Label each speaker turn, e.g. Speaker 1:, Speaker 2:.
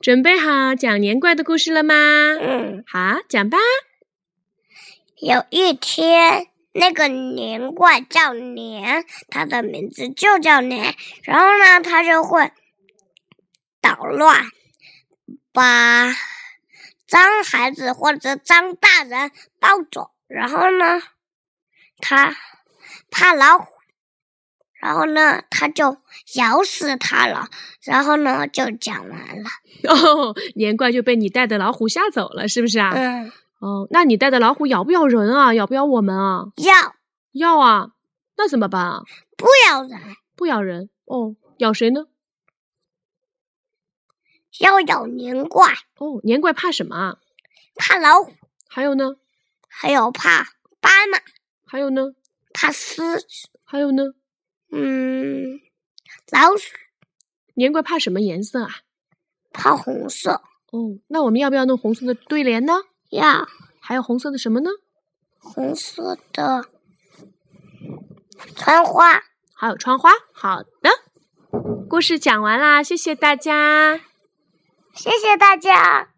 Speaker 1: 准备好讲年怪的故事了吗？
Speaker 2: 嗯，
Speaker 1: 好，讲吧。
Speaker 2: 有一天，那个年怪叫年，它的名字就叫年。然后呢，它就会捣乱，把脏孩子或者脏大人抱走。然后呢，它怕老虎，然后呢，它就咬死它了。然后呢，就讲完了。
Speaker 1: 哦，年怪就被你带的老虎吓走了，是不是啊？
Speaker 2: 嗯，
Speaker 1: 哦，那你带的老虎咬不咬人啊？咬不咬我们啊？
Speaker 2: 要
Speaker 1: 要啊，那怎么办啊？
Speaker 2: 不要人？
Speaker 1: 不咬人哦，咬谁呢？
Speaker 2: 要咬年怪，
Speaker 1: 哦，年怪怕什么啊？
Speaker 2: 怕老虎。
Speaker 1: 还有呢？
Speaker 2: 还有怕斑马、
Speaker 1: 还有呢？
Speaker 2: 怕狮子，
Speaker 1: 还有呢？
Speaker 2: 嗯，老鼠
Speaker 1: 年怪怕什么颜色啊？
Speaker 2: 怕红色，
Speaker 1: 哦，那我们要不要弄红色的对联呢？
Speaker 2: 呀，
Speaker 1: 还有红色的什么呢？
Speaker 2: 红色的穿花，
Speaker 1: 还有窗花。好的，故事讲完啦，谢谢大家。
Speaker 2: 谢谢大家。